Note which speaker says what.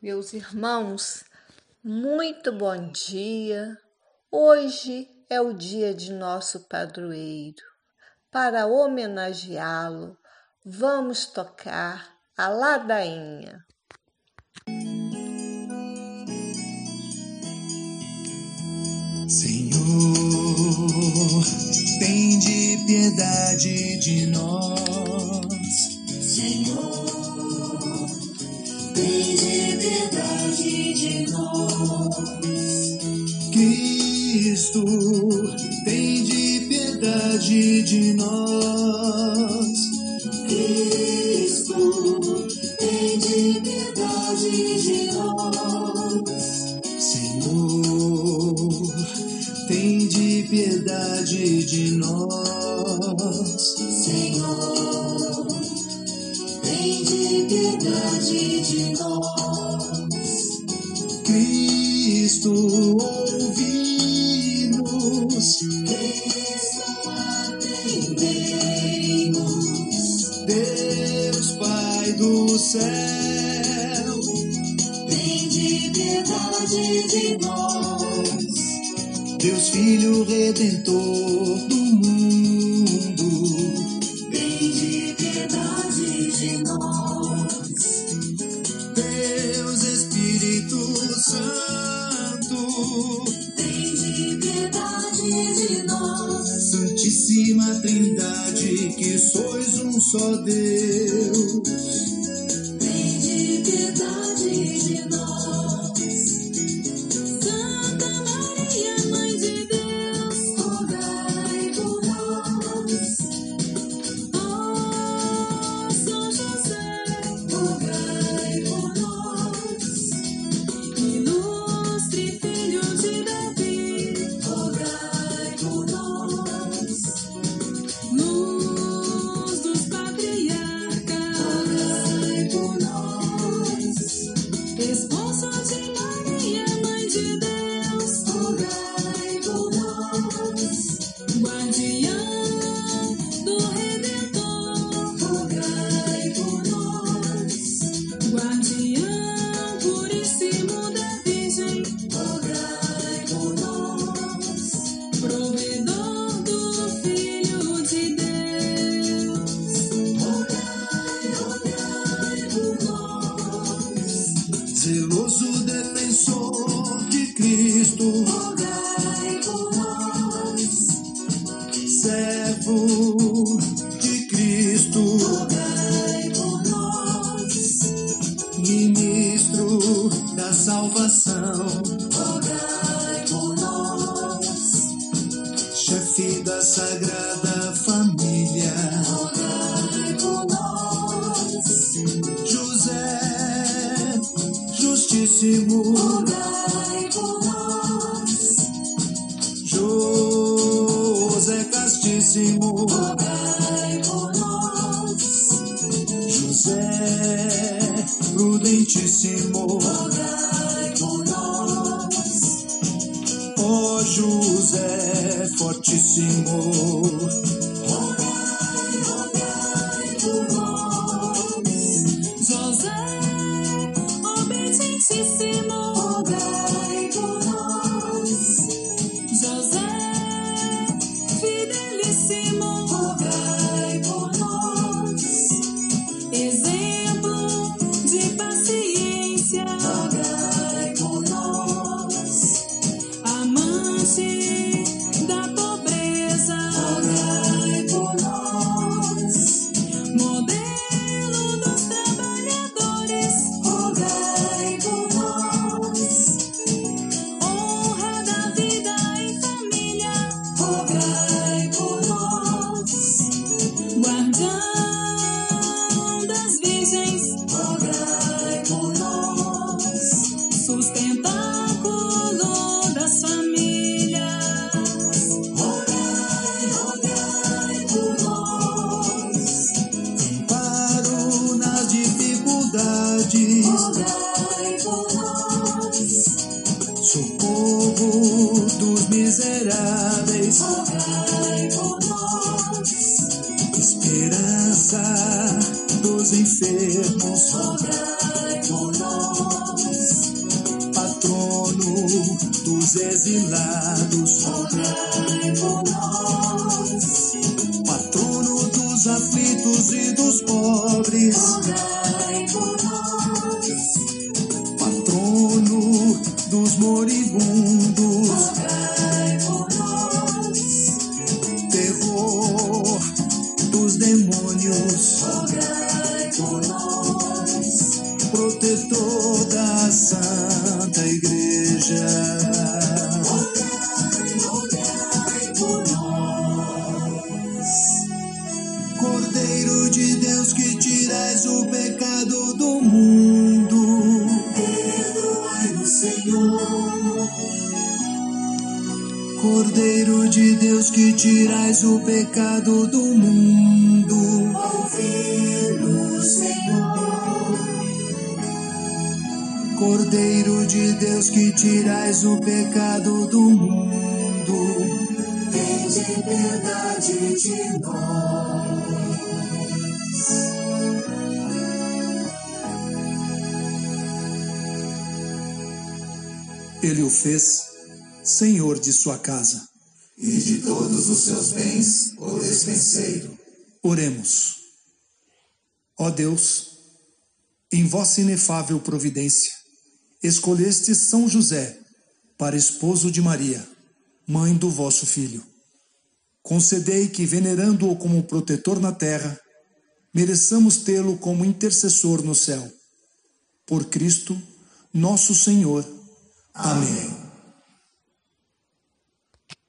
Speaker 1: Meus irmãos, muito bom dia. Hoje é o dia de nosso padroeiro. Para homenageá-lo, vamos tocar a ladainha.
Speaker 2: Senhor, tende piedade de nós.
Speaker 3: Senhor, tende piedade de nós.
Speaker 2: Cristo, tende piedade de nós.
Speaker 3: Cristo, tende piedade de nós.
Speaker 2: Senhor, tende piedade de nós.
Speaker 3: Senhor, tende piedade de nós.
Speaker 2: Cristo, ouvimos,
Speaker 3: Cristo, atendei-nos.
Speaker 2: Deus Pai do céu.
Speaker 3: Tende piedade de nós.
Speaker 2: Deus Filho Redentor do mundo,
Speaker 3: Tende piedade de nós,
Speaker 2: Deus Espírito Santo,
Speaker 3: tende piedade de nós,
Speaker 2: Santíssima Trindade, que sois um só Deus,
Speaker 3: tende piedade de nós. Santa Maria, Mãe de Deus, rogai por nós. Ó São José, rogai por nós. Ilustre filho de Davi, rogai por nós. Luz dos patriarcas, rogai por nós. Esposo de Maria, mãe de Deus, rogai por nós. Guardião do Redentor, rogai por nós. Guardião puríssimo da Virgem, rogai por nós. Provedor do Filho de Deus, rogai, rogai por nós.
Speaker 2: zeloso defensor de Cristo,
Speaker 3: Rogai por nós,
Speaker 2: servo de Cristo,
Speaker 3: rogai por nós,
Speaker 2: ministro da salvação,
Speaker 3: rogai por nós.
Speaker 2: chefe da Sagrada Família.
Speaker 3: Rogai por nós,
Speaker 2: José, justíssimo
Speaker 3: rogai por nós,
Speaker 2: José castíssimo
Speaker 3: rogai por nós,
Speaker 2: José prudentíssimo
Speaker 3: rogai por nós,
Speaker 2: ó José fortíssimo
Speaker 3: rogai por nós. José, obedientíssimo, rogai por nós. José, fidelíssimo, rogai por nós. Exemplo de paciência, rogai por nós. Amante da pobreza, rogai por nós. Modelo dos trabalhadores, rogai por nós. Honra da vida em família, rogai por nós. Guardião das virgens, rogai por nós. Sustentáculo das famílias, rogai, rogai por nós.
Speaker 2: amparo nas dificuldades
Speaker 3: Rogai por nós.
Speaker 2: socorro dos miseráveis
Speaker 3: Rogai por nós,
Speaker 2: esperança dos enfermos
Speaker 3: rogai por nós,
Speaker 2: dos exilados,
Speaker 3: rogai por nós,
Speaker 2: patrono dos aflitos e dos pobres,
Speaker 3: rogai por nós,
Speaker 2: patrono dos moribundos,
Speaker 3: rogai por nós,
Speaker 2: terror dos demônios,
Speaker 3: rogai por nós,
Speaker 2: protetor da Santa Igreja.
Speaker 3: rogai por nós.
Speaker 2: Cordeiro de Deus que tiras o pecado do mundo,
Speaker 3: Perdoai-nos, Senhor,
Speaker 2: Cordeiro de Deus que tiras o pecado do mundo,
Speaker 3: ouvi-nos, Senhor,
Speaker 2: Cordeiro de Deus que tiras o pecado do mundo,
Speaker 3: tende piedade de nós.
Speaker 2: ele o fez senhor de sua casa.
Speaker 3: E de todos os seus bens, o despenseiro.
Speaker 2: Oremos. Ó Deus, em vossa inefável providência, escolheste São José para esposo de Maria, mãe do vosso filho. Concedei que, venerando-o como protetor na terra, mereçamos tê-lo como intercessor no céu. Por Cristo, nosso Senhor. Amém.